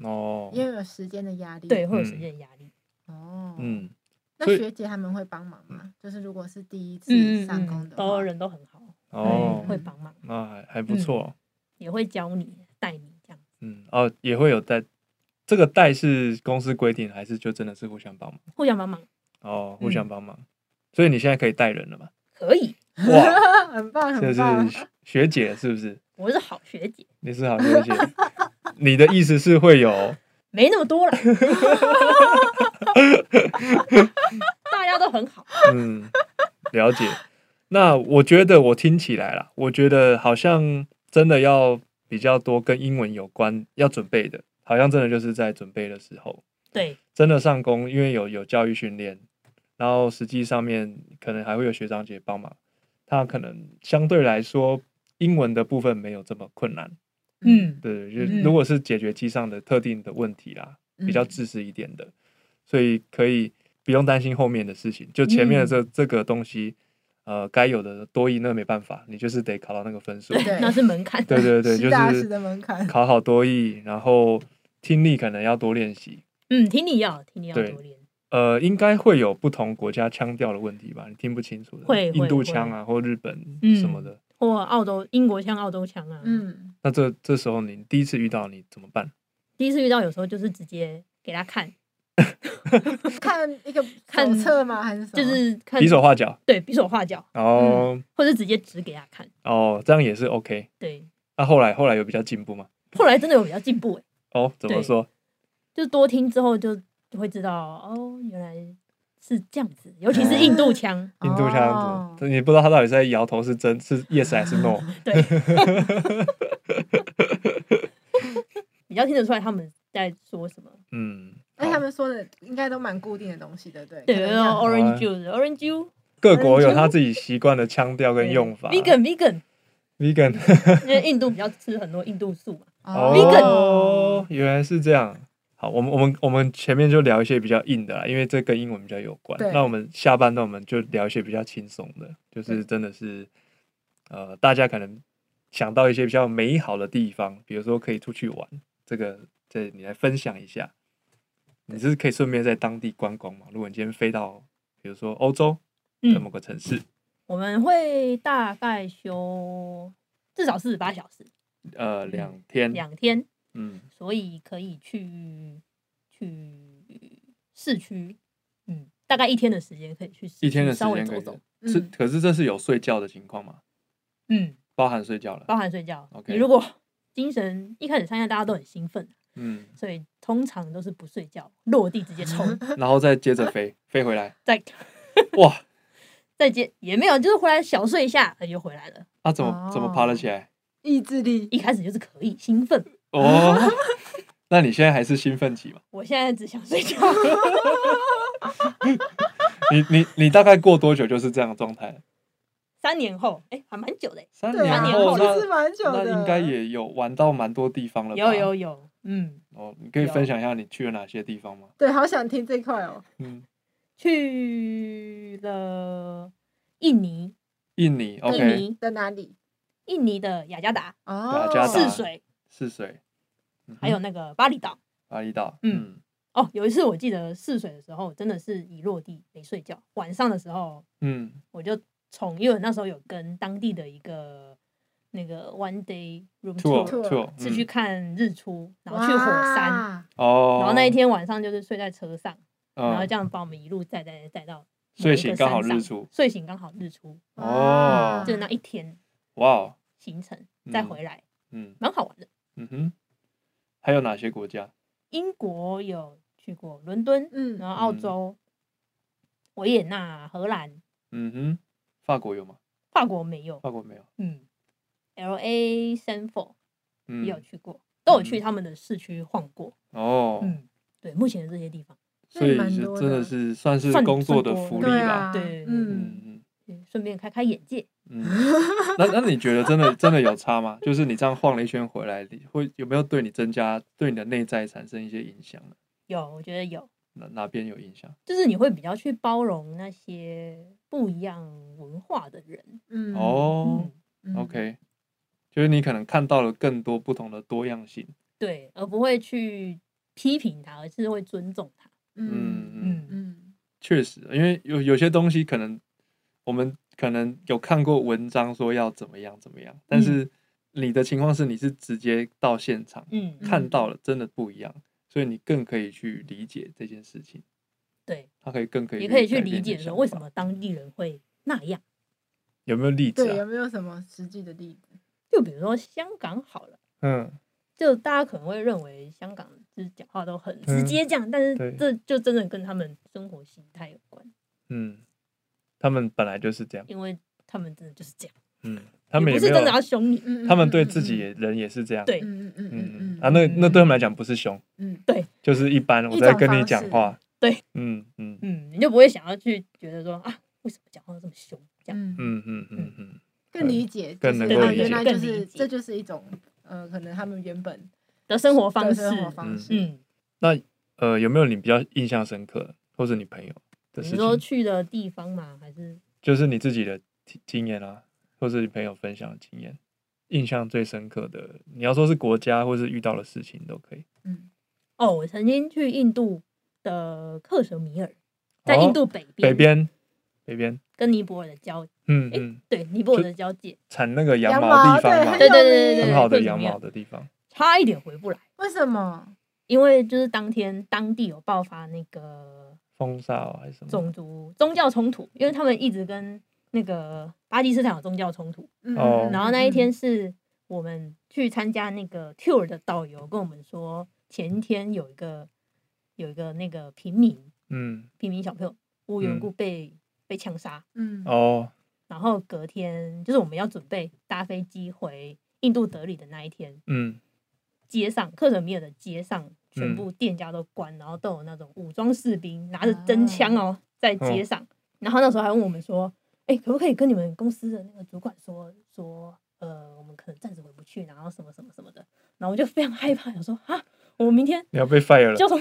S4: 哦，
S3: 因为有时间的压力，
S5: 对，会有
S4: 嗯
S5: 时间压力。
S3: 哦，
S4: 嗯，
S3: 那
S4: 所以
S3: 学姐他们会帮忙吗？就是如果是第一次
S5: 嗯，
S3: 上工的
S5: 都
S3: 话，
S5: 人都很好，
S4: 哦
S5: 对，哎会帮忙，
S4: 那还还不错，
S5: 也会教你带你这样，
S4: 嗯，哦，也会有带，这个带是公司规定还是就真的是互相帮忙？
S5: 互相帮忙
S4: 哦，互相帮忙，所以你现在可以带人了嘛？
S5: 可以。
S4: 哇，
S3: 很棒
S4: 这
S3: 很棒
S4: 是。学学姐是不是？
S5: 我是好学姐，
S4: 你是好学姐， 你的意思是会有
S5: 没那么多了，大家都很好。
S4: 嗯，了解。那我觉得我听起来啦，我觉得好像真的要比较多跟英文有关要准备的，好像真的就是在准备的时候，
S5: 对，
S4: 真的上工，因为有有教育训练，然后实际上面可能还会有学长姐帮忙，他可能相对来说英文的部分没有这么困难。
S5: 嗯，
S4: 对，就
S5: 嗯
S4: 如果是解决机上的特定的问题啦，比较
S3: 嗯
S4: 自私一点的，所以可以不用担心后面的事情。就前面的
S5: 嗯
S4: 这、这个东西，呃，该有的多一那没办法，你就是得考到那个分数。
S3: 对
S5: 嗯那是门 槛。
S4: 对对对，
S3: 实打实
S4: 就
S3: 的门槛
S4: 是考好多译，然后听力可能要多练习。
S5: 嗯，听你要，听你要
S4: 对
S5: 多练。
S4: 呃，应该会有不同国家腔调的问题吧？你听不清楚的，
S5: 会
S4: 印
S5: 会
S4: 度
S5: 会
S4: 腔啊，或日本
S5: 嗯
S4: 什么的。
S5: 或澳洲、英国腔、澳洲腔啊。嗯，
S3: 嗯，
S4: 那这这时候你第一次遇到你怎么办？
S5: 第一次遇到，有时候就是直接给他看，
S3: 看一个
S5: 看
S3: 手册吗？还是什么？
S5: 就是看
S4: 比手画脚，
S5: 对比手画脚，
S4: 然后、
S5: 或者直接指给他看。
S4: 哦，这样也是 OK。
S5: 对，
S4: 那、后来后来有比较进步吗？
S5: 后来真的有比较进步、欸，
S4: 哦，怎么
S5: 对
S4: 说？
S5: 就是多听之后就就会知道，哦，原来是这样子，尤其是印度腔。
S4: 印度腔
S3: 哦
S4: 子，你不知道他到底是在摇头是 真是 yes 还是 no。
S5: 对，比较听得出来他们在说什么。
S4: 嗯，
S3: 而且
S4: 好
S3: 他们说的应该都蛮固定的东西，对不对？
S5: 对哦
S3: 可能
S5: 然后
S3: 像
S5: ，orange
S4: 哎
S5: juice，orange juice，
S4: 各国有他自己习惯的腔调跟用法。
S5: vegan，vegan，
S4: vegan
S5: 因为印度比较吃很多印度素嘛。
S4: 哦，原来是这样。好，我们我们我们前面就聊一些比较硬的啦，因为这跟英文比较有关
S3: 对。
S4: 那我们下半段我们就聊一些比较轻松的，就
S3: 对
S4: 是真的是呃，大家可能想到一些比较美好的地方，比如说可以出去玩，这个这你来分享一下。你是可以顺便在当地观光嘛？如果你今天飞到，比如说欧洲的某
S5: 嗯，
S4: 个城市，
S5: 我们会大概休至少四十八小时，
S4: 呃，两天，
S5: 两天，
S4: 嗯，
S5: 所以可以去去市区，嗯，大概一天的时间可以去市
S4: 一天的
S5: 区
S4: 时
S5: 稍微
S4: 间可
S5: 走
S4: 以
S5: 走，
S4: 是，是
S3: 嗯
S4: 可是这是有睡觉的情况吗？
S5: 嗯，
S4: 包含睡觉了，
S5: 包含睡觉。
S4: OK
S5: 你如果精神一开始参加，大家都很兴奋，啊
S4: 嗯，
S5: 所以通常都是不睡觉，落地直接冲，
S4: 然后再接着 飞，飞回来，
S5: 再
S4: 哇，
S5: 再接也没有，就是回来小睡一下呃就回来了。
S4: 他、啊怎
S5: 哦
S4: 么怎么爬得起 来？
S3: 意志力，
S5: 一开始就是可以兴奋，
S4: 哦，那你现在还是兴奋期吗？
S5: 我现在只想睡觉。
S4: 你你你大概过多久就是这样的状态？
S5: 三年后，哎、还蛮久的、
S4: 三
S3: 对
S5: 三
S3: 啊，
S5: 年
S4: 后
S5: 后
S4: 那
S3: 其实蛮久
S4: 那
S3: 的，
S4: 应该也有玩到蛮啊多地方了吧？
S5: 欸有有有，嗯，
S4: 哦，你可以
S5: 有
S4: 分享一下你去了哪些地方吗？
S3: 对，好想听这块哦。
S4: 嗯，
S5: 去了印尼
S4: 印尼
S5: 印
S4: ，OK，
S5: 尼
S3: 在哪里？
S5: 印尼的雅加达、
S3: 哦，
S4: 雅加达
S5: 泗水，
S4: 泗水，嗯哼
S5: 还有那个巴厘岛。
S4: 巴厘岛，
S5: 嗯
S4: 嗯
S5: 哦，有一次我记得泗水的时候，真的是一落地没睡觉，晚上的时候
S4: 嗯
S5: 我就从，因为我那时候有跟当地的一个那个 one day room
S4: 嗯，tour
S5: tour 是去
S4: 嗯，
S5: 看日出，然后去火山，
S3: 哇，
S4: 哦，
S5: 然后那一，天晚上就是睡在车上，然后
S4: 嗯
S5: 这，样把我们一路载载载到
S4: 睡
S5: 某一个
S4: 醒刚好
S5: 山上
S4: 日出，
S5: 睡醒刚好日出，
S4: 哦
S3: 哇
S5: 就是那一天
S4: 哇哦，
S5: 行程
S4: 嗯
S5: 再回来，
S4: 嗯
S5: 蛮好玩的。
S4: 嗯哼，还有哪些国家？
S5: 英国有去过伦敦，
S3: 嗯
S5: 然后澳洲、维也纳、荷兰、
S4: 嗯哼，法国有吗？
S5: 法国没有，
S4: 法国没有。
S5: 嗯，L A、Sanford
S4: 嗯，
S5: 也有去过，都有
S4: 嗯
S5: 去他们的市区晃过。
S4: 哦，
S5: 嗯，对，目前的这些地方，
S4: 所以
S3: 那也蛮
S4: 是
S3: 多
S4: 真的
S3: 的
S4: 是算是
S5: 算
S4: 工作
S5: 算
S4: 的
S5: 多
S4: 福利
S5: 了
S3: 对
S4: 吧。
S3: 啊，
S5: 对
S3: 嗯，
S4: 嗯
S5: 对顺便开开眼界。
S4: 嗯嗯。那那你觉得真的真的有差吗？ 就是你这样晃了一圈回来，你会有没有对你增加对你的内在产生一些影响呢？
S5: 有，我觉得有，
S4: 哪哪边有影响？
S5: 就是你会比较去包容那些不一样文化的人。
S3: 嗯，
S4: 哦
S3: 嗯
S4: ，OK，就是你可能看到了更多不同的多样性。
S5: 对，而不会去批评他，而是会尊重他。
S4: 嗯
S3: 嗯
S4: 嗯，
S5: 嗯，
S3: 嗯，
S4: 确实，因为有有些东西可能我们可能有看过文章说要怎么样怎么样，但
S5: 嗯
S4: 是你的情况是你是直接到现场。
S5: 嗯，
S4: 看
S3: 嗯
S4: 到了，真的不一样，所以你更可以去理解这件事情，
S5: 对，
S4: 他可以更可以
S5: 也可以去
S4: 改
S5: 理
S4: 变你
S5: 解
S4: 的
S5: 说
S4: 想
S5: 为什
S4: 法
S5: 么当地人会那样。
S4: 有没有例子
S3: 对，有
S4: 啊？
S3: 没有什么实际的例子？
S5: 就比如说香港好了，
S4: 嗯，
S5: 就大家可能会认为香港就是讲话都很直接这样，但
S4: 嗯对
S5: 是这就真的跟他们生活形态有关，
S4: 嗯，他们本来就是这样，
S5: 因为他们真的就是这样，
S4: 嗯，他们
S5: 也
S4: 也
S5: 不
S4: 没
S5: 是
S4: 有
S5: 真的，要啊凶你，
S3: 嗯，
S4: 他们对自己也人也是这样，
S5: 对
S3: 嗯，嗯嗯
S4: 嗯，
S3: 嗯嗯
S4: 啊，那那对他们来讲不是凶，
S3: 嗯
S4: 就是一般我
S3: 一
S4: 在
S3: 种
S4: 跟你
S3: 方
S4: 讲
S3: 式
S4: 话，
S5: 对，
S4: 嗯嗯
S5: 嗯，你就不会想要去觉得说啊，为什么讲话这么凶这样，
S3: 嗯嗯，
S4: 嗯嗯嗯 嗯，
S3: 更理解，
S4: 更
S3: 就是
S4: 能够
S3: 啊
S4: 理解
S3: 原来就
S5: 更
S3: 是
S5: 理解
S3: 这就是一种呃，可能他们原本
S5: 的生活方
S3: 的
S5: 式，
S3: 生活方式，
S5: 嗯，
S4: 呃，有没有你比较印象深刻的，或者你朋友的
S5: 你
S4: 事
S5: 说
S4: 情，
S5: 去的地方嘛，还是
S4: 就是你自己的经经验啊，或是你朋友分享的经验，印象最深刻的，你要说是国家或是遇到的事情都可以。
S3: 嗯
S5: 哦，我曾经去印度的克什米尔，在
S4: 哦
S5: 印度北边，
S4: 北边，北边，
S5: 跟尼泊尔的交，
S4: 嗯
S5: 诶
S4: 嗯，
S5: 对，尼泊
S4: 就
S5: 尔的交界，
S4: 产那个
S3: 羊
S4: 羊毛地方
S3: 对
S4: 嘛，
S5: 对对
S3: 很有
S5: 对对
S3: 名
S4: 很好的
S5: 克什
S4: 羊
S5: 米尔
S4: 毛的地方，
S5: 差一点回不来。
S3: 为什么？
S5: 因为就是当天当地有爆发那个
S4: 风沙哦还是什么？
S5: 种族宗教冲突，因为他们一直跟那个巴基斯坦有宗教冲突。
S3: 嗯
S4: 哦
S5: 然后那一天，是我们去参加那个 tour 的导游跟我们说，前一天有一个有一个那个平民
S4: 嗯，
S5: 平民小朋友无缘
S4: 嗯
S5: 故被、被枪杀，
S3: 嗯，嗯
S4: 哦，
S5: 然后隔天就是我们要准备搭飞机回印度德里的那一天，
S4: 嗯，
S5: 街上克什米尔的街上，全部店家都关，然后都有那种武装士兵拿着真枪哦，在街上。然后那时候还问我们说，哎、可不可以跟你们公司的那个主管说说，呃，我们可能暂时回不去，然后什么什么什么的。然后我就非常害怕，想说啊，我们明天
S4: 你要被 fire 了，
S5: 就从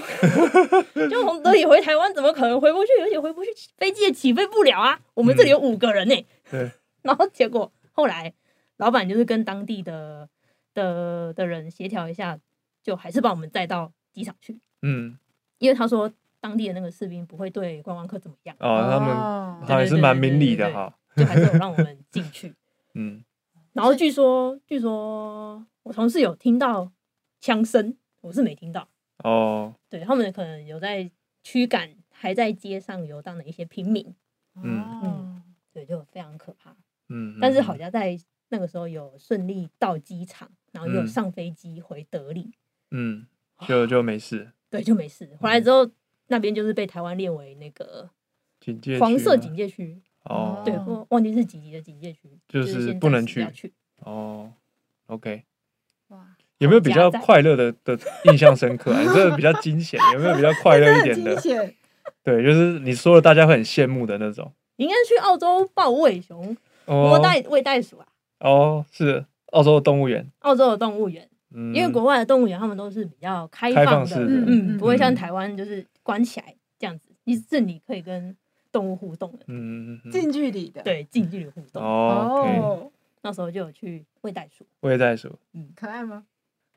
S5: 就从德里回台湾，怎么可能回不去？而且回不去，飞机也起飞不了啊！我们这里有五个人呢、
S4: 嗯对，
S5: 然后结果后来，老板就是跟当地的的的人协调一下，就还是把我们载到机场去，
S4: 嗯，
S5: 因为他说当地的那个士兵不会对观光客怎么样，
S4: 哦，他们
S3: 哦
S5: 对
S4: 还是蛮明理的
S5: 对对
S4: 哈，
S5: 就还是有让我们进 去。
S4: 嗯，
S5: 然后据说，据说我同事有听到枪声，我是没听到。
S4: 哦，
S5: 对他们可能有在驱赶还在街上游荡的一些平民，
S4: 嗯
S3: 哦
S5: 对，就非常可怕。
S4: 嗯，
S5: 但是好
S4: 像，
S5: 像在那个时候有顺利到机场，然后也有
S4: 嗯
S5: 上飞机回德里，
S4: 嗯，就就没事，
S5: 对，就没事。回
S4: 嗯
S5: 来之后，那边就是被台湾列为那个
S4: 警戒
S5: 黄
S4: 区
S5: 色
S4: 吗
S5: 警戒区，
S4: 哦，
S5: 对，
S3: 哦
S5: 忘忘记是几级的警戒区，
S4: 就是是
S5: 先
S4: 不
S5: 暂
S4: 能
S5: 时不要
S4: 去
S5: 去。
S4: 哦，OK，
S3: 哇，
S4: 有没有比较
S5: 夹在
S4: 快乐的的印象深刻啊？你这个比较惊险，有没有比较快乐一
S3: 很
S4: 点
S3: 惊
S4: 的？
S3: 险，
S4: 对，就是你说了，大家会很羡慕的那种。
S5: 你应该去澳洲抱喂熊，摸
S4: 哦
S5: 袋喂袋鼠啊，
S4: 哦，是澳洲的动物园，
S5: 澳洲的动物园，
S4: 嗯，
S5: 因为国外的动物园他们都是比较开
S4: 开
S5: 放
S4: 放
S5: 的，
S4: 式的，
S5: 嗯，不会像
S4: 嗯
S5: 台湾就是关起来这样子，你是你可以跟动物互动的，
S4: 嗯嗯嗯嗯，
S3: 近距离的，
S5: 对，近距离互动。
S4: 哦，OK，
S3: 哦，
S5: 那时候就有去喂袋鼠，
S4: 我也袋鼠，
S3: 可爱吗？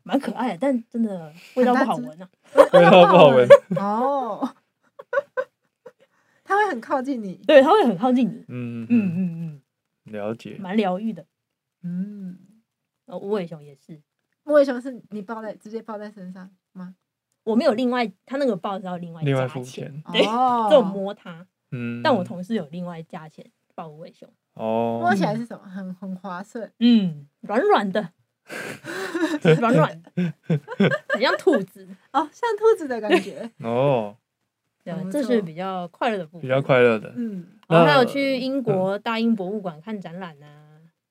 S5: 蛮可爱的，但真的味道不好闻啊。
S4: 味道不好 闻，
S3: 哦， 他会很靠近你，
S5: 对，它会很靠近你。
S4: 嗯
S5: 嗯
S4: 嗯
S5: 嗯
S4: 嗯，了
S5: 嗯，
S4: 解，
S5: 蛮疗愈的。
S3: 嗯，
S5: 呃，无尾熊也是，
S3: 木尾熊是你抱在直接抱在身上吗？
S5: 我没有另外，它那个抱是要另外
S4: 另外
S5: 加
S4: 付
S5: 钱，
S4: 钱，
S5: 对
S3: 哦，
S5: 就摸它。
S4: 嗯，
S5: 但我同事有另外加钱抱无尾熊，
S3: 摸
S4: 哦，
S3: 起来是什么？很很滑顺，
S5: 嗯，软软的，软 软的，很像兔 子。
S3: 哦，像兔子的感觉，
S4: 哦，
S5: 对
S3: 很，不
S5: 这
S3: 错
S5: 是比较快乐的部分。
S4: 比较快呃嗯乐的，
S3: 嗯，
S5: 然后还
S4: 那
S5: 有去英国大英博物馆看展览啊，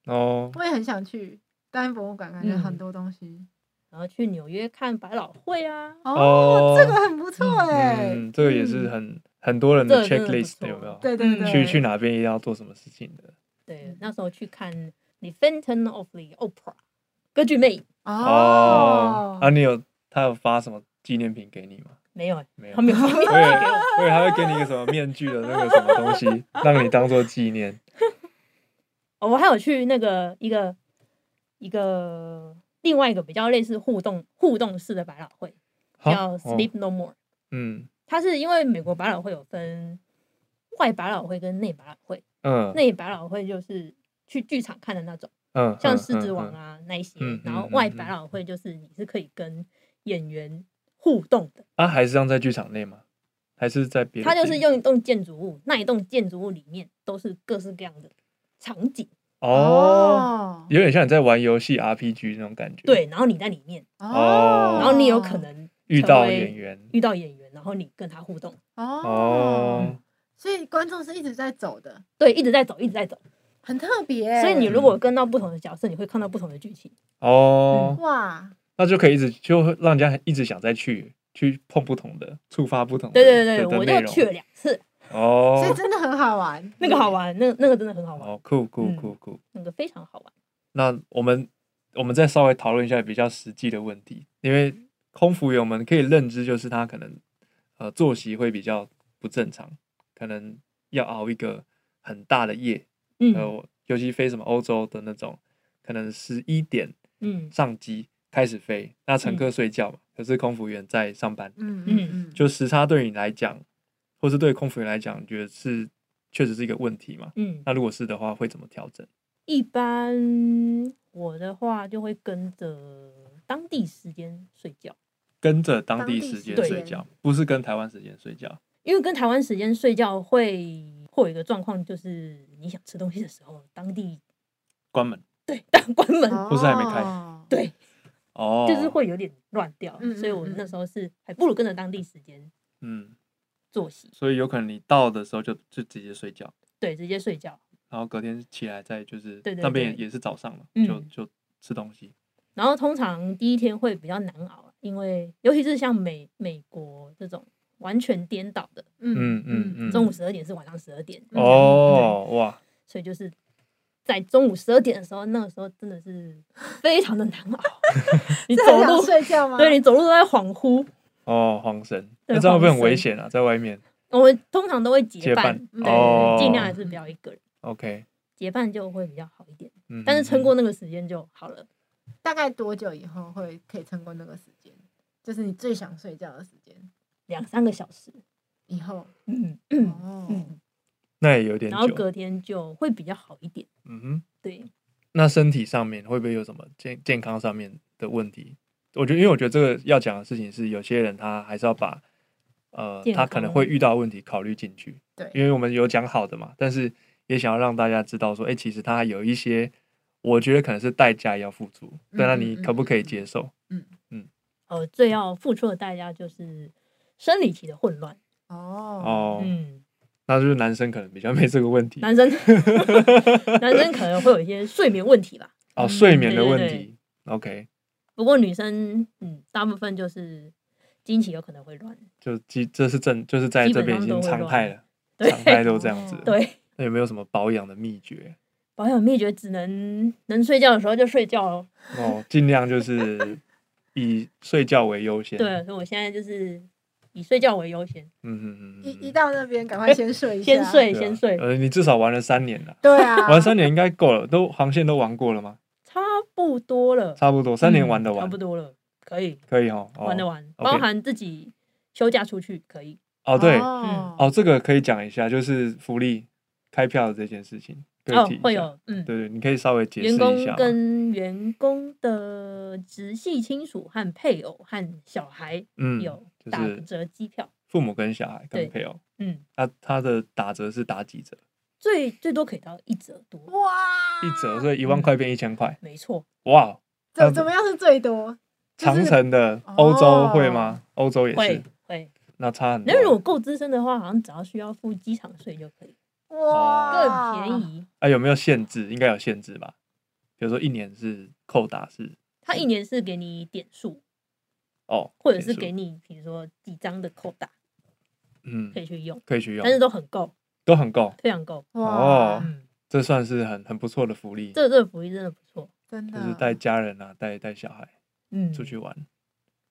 S4: 哦，
S3: 我也很想去大英博物馆，感
S4: 嗯
S3: 觉很多东西。
S5: 然后去纽约看百老汇啊，
S4: 哦
S3: 哦，这个很不错哎，
S4: 嗯，这个也是很很多人的
S5: 这个真的不
S4: checklist
S5: 错
S4: 有没有？
S3: 对对对，
S4: 去去哪边一定要做什么事情的？
S5: 对
S3: 嗯，
S5: 那时候去看《The Phantom of the Opera》歌剧魅影，
S4: 哦
S3: 哦，，
S4: 啊，你有他有发什么纪念品给你吗？
S5: 没有欸，
S4: 没有
S5: 他，没有
S4: 我以为我以为他会给你一个什么面具的那个什么东西，让你当做纪念。
S5: 哦我还有去那个一个一个另外一个比较类似互动互动式的百老汇，
S4: 好
S5: 叫《Sleep
S4: 哦
S5: No More》。
S4: 嗯
S5: 它是因为美国百老汇有分外百老汇跟内百老汇，
S4: 嗯
S5: 内百老汇就是去剧场看的那种，
S4: 嗯，
S5: 像
S4: 嗯
S5: 《狮子王》。
S4: 嗯嗯
S5: 啊那一些
S4: 嗯，
S5: 然后
S4: 嗯
S5: 外
S4: 嗯
S5: 百
S4: 嗯
S5: 老汇就是你是可以跟演员互动的。
S4: 啊，还是让在剧场内吗？还是在别的地？
S5: 它就是用一栋建筑物，那一栋建筑物里面都是各式各样的场景，
S4: 哦，有点像你在玩游戏 RPG 那种感觉。，
S5: 对，然后你在里面，
S4: 哦
S5: 然后你有可能
S4: 遇
S5: 成
S4: 到
S5: 为
S4: 演员
S5: 遇到演员，然后你跟他互动，
S3: 哦
S4: 哦，，
S3: 所以观众是一直在走的，
S5: 对，一直在走，一直在走。
S3: 很特别欸。
S5: 所以你
S4: 嗯
S5: 如果跟到不同的角色，你会看到不同的剧情。嗯
S4: 哦，
S3: 哇，
S4: 那就可以一直就会让人家一直想再去去碰不同的，触发不同的
S5: 对对对
S4: 的
S5: 对，我
S4: 内
S5: 就
S4: 容
S5: 去了两次，
S3: 所以
S4: 哦，
S3: 真的很好玩，
S5: 那个好玩，那那个真的很好玩，
S4: 哦，酷酷
S5: 嗯
S4: 酷酷。
S5: 那个非常好玩。
S4: 那我们我们再稍微讨论一下比较实际的问题，因为空服员我们可以认知就是他可能呃作息会比较不正常，可能要熬一个很大的夜，
S5: 嗯
S4: 呃，尤其飞什么欧洲的那种，可能十一点
S5: 嗯
S4: 上机开始飞，那乘
S5: 嗯
S4: 客睡觉嘛，可是空服员在上班，
S3: 嗯
S5: 嗯
S3: 嗯，
S4: 就时差对你来讲，或是对空服员来讲，你觉得是确实是一个问题嘛？
S5: 嗯，
S4: 那如果是的话，会怎么调整？
S5: 一般我的话就会跟着当地时间睡觉，
S4: 跟着当地
S3: 当地
S4: 时
S3: 时
S4: 间
S5: 间
S4: 睡觉，不是跟台湾时间睡觉。
S5: 因为跟台湾时间睡觉会会有一个状况，就是你想吃东西的时候，当地
S4: 关门
S5: 对当关门，
S3: 哦
S4: 不是还没开
S5: 对，
S4: 哦，
S5: 就是会有点乱掉。
S3: 嗯
S5: 所以我
S3: 嗯嗯
S5: 那时候是还不如跟着当地时间
S4: 嗯，
S5: 作息，
S4: 所以有可能你到的时候就就直接睡觉，
S5: 对，直接睡觉。然
S4: 然后隔天起来再就是
S5: 对对
S4: 那边也
S5: 对
S4: 也是早上了，
S5: 嗯
S4: 就就吃东西。
S5: 然后通常第一天会比较难熬，因为尤其是像美美国这种完全颠倒的，
S4: 嗯嗯嗯
S5: 中午十二点是晚上十二点，
S3: 嗯
S4: 哦哇，
S5: 所以就是在中午十二点的时候，那个时候真的是 非常的难 熬，你
S3: 这
S5: 走
S3: 很想
S5: 路，
S3: 睡觉吗？
S5: 对，你走路都在恍惚。
S4: 哦慌神，
S5: 对
S4: 那这样会不会很
S5: 慌神
S4: 危险啊？在外面
S5: 我们通常都会结
S4: 结
S5: 伴，
S4: 伴
S5: 对对
S4: 哦
S5: 对，尽量还是不要一个人，
S4: ，OK，
S5: 结伴就会比较好一点。
S4: 嗯，
S5: 但是撑过
S4: 嗯
S5: 那个时间就好了。
S3: 大概多久以后会可以撑过那个时间？就是你最想睡觉的时间
S5: 两三个小时，
S3: 以后。
S5: 嗯
S3: 哦，
S5: 嗯，
S4: 那也有点
S5: 然后
S4: 久，
S5: 隔天就会比较好一点。
S4: 嗯哼。
S5: 对，
S4: 那身体上面会不会有什么健健康上面的问题？我觉得，因为我觉得这个要讲的事情是，有些人他还是要把呃
S5: 健
S4: 他
S5: 康
S4: 可能会遇到的问题考虑进去。
S3: 对
S4: 因为我们有讲好的嘛，但是也想要让大家知道说，哎、其实他还有一些，我觉得可能是代价要付出。
S3: 嗯
S4: 对，那
S3: 嗯
S4: 你
S3: 嗯
S4: 可不可以
S3: 嗯
S4: 接受？
S5: 呃，最要付出的代价就是生理期的混乱。
S3: 哦，
S4: 哦，
S5: 嗯，
S4: 那就是男生可能比较没这个问题
S5: 男 生男生可能会有一些睡眠问题吧，
S4: 哦，睡眠的
S5: 对嗯对
S4: 问
S5: 对
S4: 题。OK，
S5: 不过女生嗯，大部分就是经期有可能会乱。
S4: 就基这是正，就是在
S5: 基
S4: 这
S5: 本
S4: 边已
S5: 上都
S4: 经
S5: 会
S4: 常
S5: 乱
S4: 态了，
S5: 对哦
S4: 常态都这样子了。
S5: 对，
S4: 那有没有什么保养的秘诀？
S5: 保养秘诀只能能睡觉的时候就睡觉咯。
S4: 哦，尽量就是以睡觉为优先。
S5: 对，所以我现在就是以睡觉为优先，
S4: 嗯，嗯嗯嗯
S3: 一一到那边赶快先睡一下，
S5: 哎先。睡
S4: 对啊
S5: 先睡，
S4: 呃，你至少玩了三年了，
S3: 对啊，
S4: 玩三年应该够了，都航线都玩过了吗？
S5: 差不多了，
S4: 差不多，三年
S5: 嗯
S4: 玩得
S5: 差
S4: 完
S5: 不，多了，可以
S4: 可以哦。哦
S5: 玩得完，
S4: OK
S5: 包含自己休假出去可以。
S4: 哦，对，
S5: 嗯
S3: 哦
S4: 哦，这个可以讲一下，就是福利开票的这件事情，可以
S5: 哦
S4: 提一，下
S5: 会。有，嗯，
S4: 对对，你可以稍微解释
S5: 员
S4: 一下吗。
S5: 工跟员工的直系亲属和配偶和小孩
S4: 嗯，
S5: 有
S4: 就
S5: 打
S4: 是
S5: 折机票，
S4: 父母跟小孩跟
S5: 对
S4: 配偶，
S5: 嗯，
S4: 他他的打折是打几折？
S5: 最最多可以到一折多，
S3: 哇，
S4: 一折，所以一万
S5: 嗯
S4: 块变一千块，
S5: 没错，
S4: 哇！哦
S3: 怎怎么样是最多？就是
S4: 长城的欧洲会吗？欧洲也是
S5: 哦会，会。
S4: 那差很多。
S5: 那如果够资深的话，好像只要需要付机场税就可以，
S3: 哇，
S5: 更便。宜。
S4: 啊，有没有限制？应该有限制吧？比如说一年是扣打是
S5: 它一年是给你点数，
S4: 哦，
S5: 或者是
S4: 点数
S5: 给你比如说几张的扣打
S4: 嗯
S5: 可，以去用，
S4: 可以去用
S5: 但，是都很够，
S4: 都很够，
S5: 非常够。
S3: 哇
S4: 哦
S5: 嗯，
S4: 这算是很很不错的福利，
S5: 这这个福利真的不错。
S3: 真的
S4: 就是带家人啊，带带小孩
S5: 嗯，
S4: 出去玩。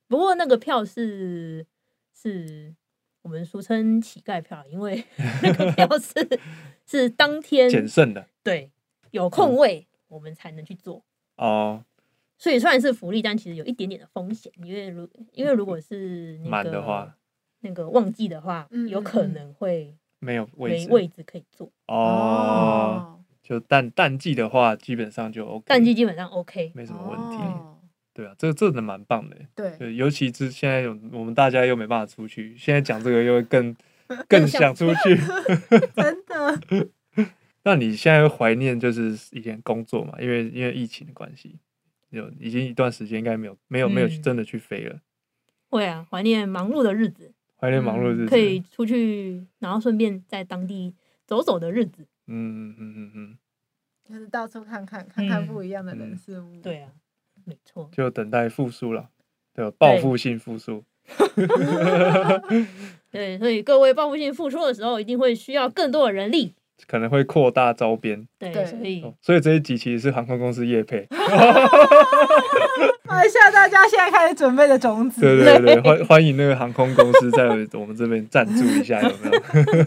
S5: 不过那个票是是我们俗称乞丐票，因 为那个票是是当天
S4: 捡剩的
S5: 对有
S4: 嗯
S5: 空位我们才能去做，
S4: 哦，
S5: 所以虽然是福利，但其实有一点点的风险，因为如因为如果是那个
S4: 满的话
S5: 那个旺季的话，
S3: 嗯
S5: 有可能会
S4: 没有位
S5: 没
S4: 置
S5: 位置可以坐，
S4: 哦，，就淡淡季的话，基本上就 OK，
S5: 淡季基本上 OK。
S4: 嗯没什么问题。
S3: 哦
S4: 对啊，这个真的蛮棒的。
S3: 对，
S4: 对，尤其是现在有我们大家又没办法出去，现在讲这个又会更更想出去。
S3: 真的。
S4: 那你现在会怀念就是以前工作嘛？因为因为疫情的关系，有已经一段时间应该没有没有没有
S5: 嗯
S4: 真的去飞了，
S5: 会啊，怀念忙碌的日子，
S4: 怀念忙碌的日子。
S5: 可以出去，然后顺便在当地走走的日子。
S4: 嗯嗯嗯嗯嗯，
S3: 就是到处看看，看看
S5: 嗯
S3: 不一样的人
S4: 嗯
S3: 事物。
S5: 对啊，没错，
S4: 就等待复苏了，对，报复性复苏。
S5: 对，所以各位报复性付出的时候，一定会需要更多的人力。
S4: 可能会扩大招编、
S5: 对，
S3: 对
S5: 所以
S4: 哦，所以这一集其实是航空公司业配，
S3: 放下大家现在开始准备的种子。
S4: 对对对，欢欢迎那个航空公司在我们这边赞助一下，有 没有？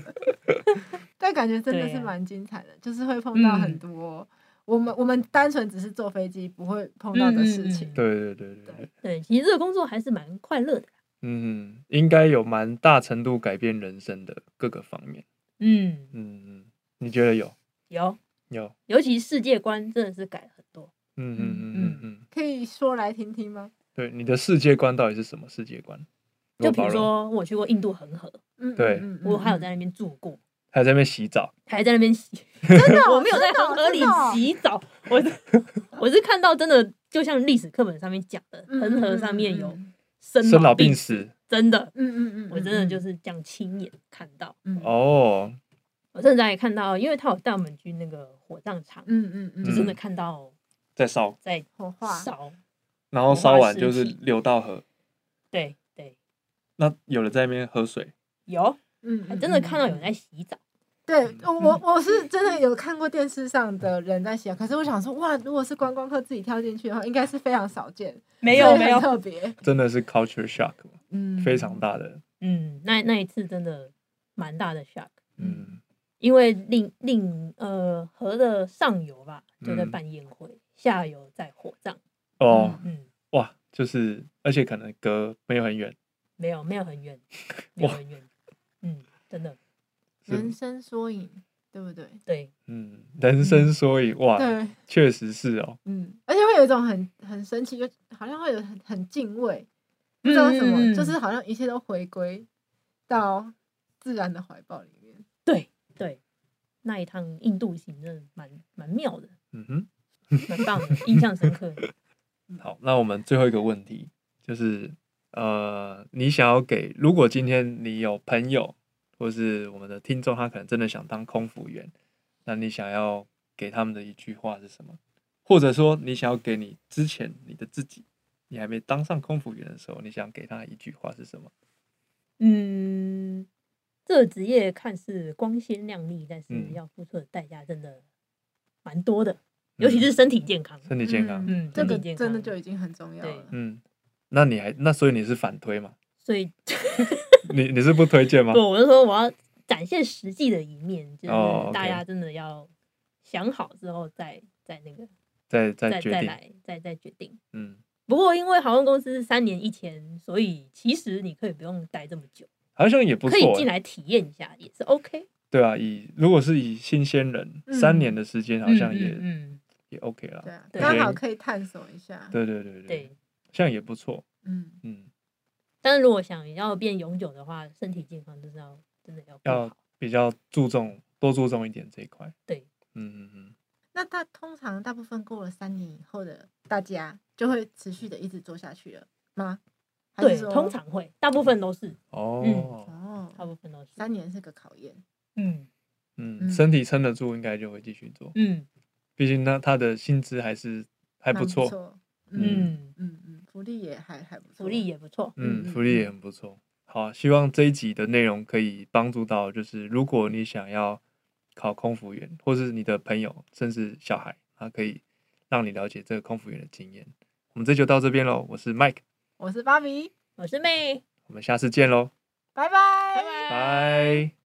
S3: 但感觉真的
S5: 对
S3: 是
S5: 啊
S3: 蛮精彩的，就是会碰到很
S5: 嗯
S3: 多、我们我们单纯只是坐飞机不会碰到的事情。
S5: 嗯嗯嗯
S4: 对对对对对，
S5: 对，其实这个工作还是蛮快乐的。
S4: 嗯，应该有蛮大程度改变人生的各个方面。
S5: 嗯，
S4: 嗯嗯，你觉得有？
S5: 有，
S4: 有。
S5: 尤其世界观真的是改了很多。
S4: 嗯嗯嗯嗯嗯，
S3: 可以说来听听吗？
S4: 对，你的世界观到底是什么世界观？
S5: 就
S4: 罗
S5: 比
S4: 宝
S5: 如
S4: 荣
S5: 说，我去过印度恒河，
S3: 嗯，
S4: 对
S3: 嗯
S5: 我还有在那边住过，
S4: 还在那边洗澡，
S5: 还在那边洗，
S3: 真的哦，
S5: 我没有在
S3: 真的哦
S5: 恒河里
S3: 真的哦
S5: 洗澡，我是我是看到真的，就像历史课本上面讲的，
S3: 嗯
S5: 恒河上面有
S3: 嗯
S5: 生
S4: 生老
S5: 病
S4: 病
S5: 死，
S4: 死
S5: 真的，
S3: 嗯嗯嗯，
S5: 我真的就是这样亲眼看到。
S3: 嗯，
S4: 哦，
S5: 我甚至还看到，因为他有带我们去那个火葬场，
S3: 嗯嗯嗯
S5: 就
S3: 嗯，
S5: 真的看到
S4: 在烧，
S5: 在
S3: 火化，
S5: 烧，
S4: 然后
S5: 火
S4: 烧
S5: 化
S4: 完
S5: 尸
S4: 就是
S5: 体
S4: 流到河，
S5: 对对，
S4: 那有人在那边喝水，
S5: 有，
S3: 嗯，
S5: 还真的看到有人
S3: 嗯。嗯嗯
S5: 在洗澡，
S3: 对我我我是真的有看过电视上的人在洗啊，可是我想说，哇，如果是观光客自己跳进去的话，应该是非常少见，
S5: 没
S3: 所
S5: 有
S3: 以
S5: 没
S3: 很
S5: 有，
S3: 特别，
S4: 真的是 culture shock，
S3: 嗯，
S4: 非常大的，
S5: 嗯，那那一次真的蛮大的 shock，
S4: 嗯
S5: 因为令令呃河的上游吧就在
S4: 嗯
S5: 办宴会，下游在火葬，
S4: 哦
S5: 嗯，
S4: 哇，就是而且可能隔没有很远，
S5: 没有没有很远，没有
S4: 哇
S5: 很远，嗯，真的
S4: 是
S3: 人生缩影，对不对？
S5: 对，
S4: 嗯，人生缩影哇，
S3: 对，
S4: 确实是哦，
S3: 嗯，而且会有一种很很神奇，就好像会有很很敬畏，不知道为什么，
S5: 嗯
S3: 就是好像一切都回归到自然的怀抱里面。
S5: 对对，那一趟印度行真的蛮蛮妙的，
S4: 嗯哼。
S5: 蛮棒的，印象深刻。
S4: 好，那我们最后一个问题就是，呃，你想要给，如果今天你有朋友或是我们的听众，他可能真的想当空服员，那你想要给他们的一句话是什么？或者说，你想要给你之前你的自己，你还没当上空服员的时候，你想给他一句话是什么？
S5: 嗯，这个职业看似光鲜亮丽，但是
S4: 嗯
S5: 要付出的代价真的蛮多的，尤其是身体健康。
S4: 身体健康。
S5: 嗯，
S3: 这
S5: 身体
S3: 个
S5: 健
S3: 真的
S5: 康
S3: 就已经很重要
S5: 对
S3: 了。
S4: 嗯，那你还那所以你是反推嘛？
S5: 所 以，
S4: 你你是不推荐吗
S5: 不，？我就说我要展现实际的一面，就是
S4: 哦，OK
S5: 大家真的要想好之后再再那个
S4: 再再
S5: 再
S4: 决
S5: 再
S4: 定。
S5: 来再再决定。
S4: 嗯，
S5: 不过因为航空公司是三年一签，所以其实你可以不用待这么久，
S4: 好像也不
S5: 可
S4: 错、
S5: 以
S4: 欸
S5: 进。来体验一下也是 OK。
S4: 对啊，以如果是以新鲜人、三年的时间，好像也、
S5: 嗯嗯
S4: 也 OK 啦
S3: 对。啊，
S5: 对
S3: 刚好可以探索一下。
S4: 对对对
S5: 嗯，对。
S4: 像也不错。
S3: 嗯，
S4: 嗯，
S5: 但是如果想要变永久的话，身体健康就是要真的要顾
S4: 要
S5: 好。
S4: 比较注重，多注重一点这一块。
S5: 对，
S4: 嗯嗯嗯，
S3: 那大通常大部分过了三年以后的大家就会持续的一直做下去了吗？还是
S5: 对，
S3: 说
S5: 通常会，大部分都是，
S4: 哦，
S5: 大
S3: 哦，
S5: 部分都是。
S3: 三年是个考验。
S5: 嗯
S4: 嗯，
S3: 嗯
S4: 身体撑得住，应该就会继续做。
S5: 嗯
S4: 毕竟呢，他的薪资还是还
S3: 还
S4: 不错。
S3: 嗯
S5: 嗯，
S3: 嗯嗯，福利也还还不错，
S5: 福利也不错。
S4: 嗯，
S3: 嗯
S4: 福利也很不错。好，希望这一集的内容可以帮助到，就是如果你想要考空服员，或是你的朋友，甚至小孩，他可以让你了解这个空服员的经验。我们这就到这边喽，我是 Mike，
S3: 我是芭比，
S5: 我是妹，
S4: 我们下次见喽，
S3: 拜
S5: 拜
S3: 拜
S5: 拜。
S4: 拜。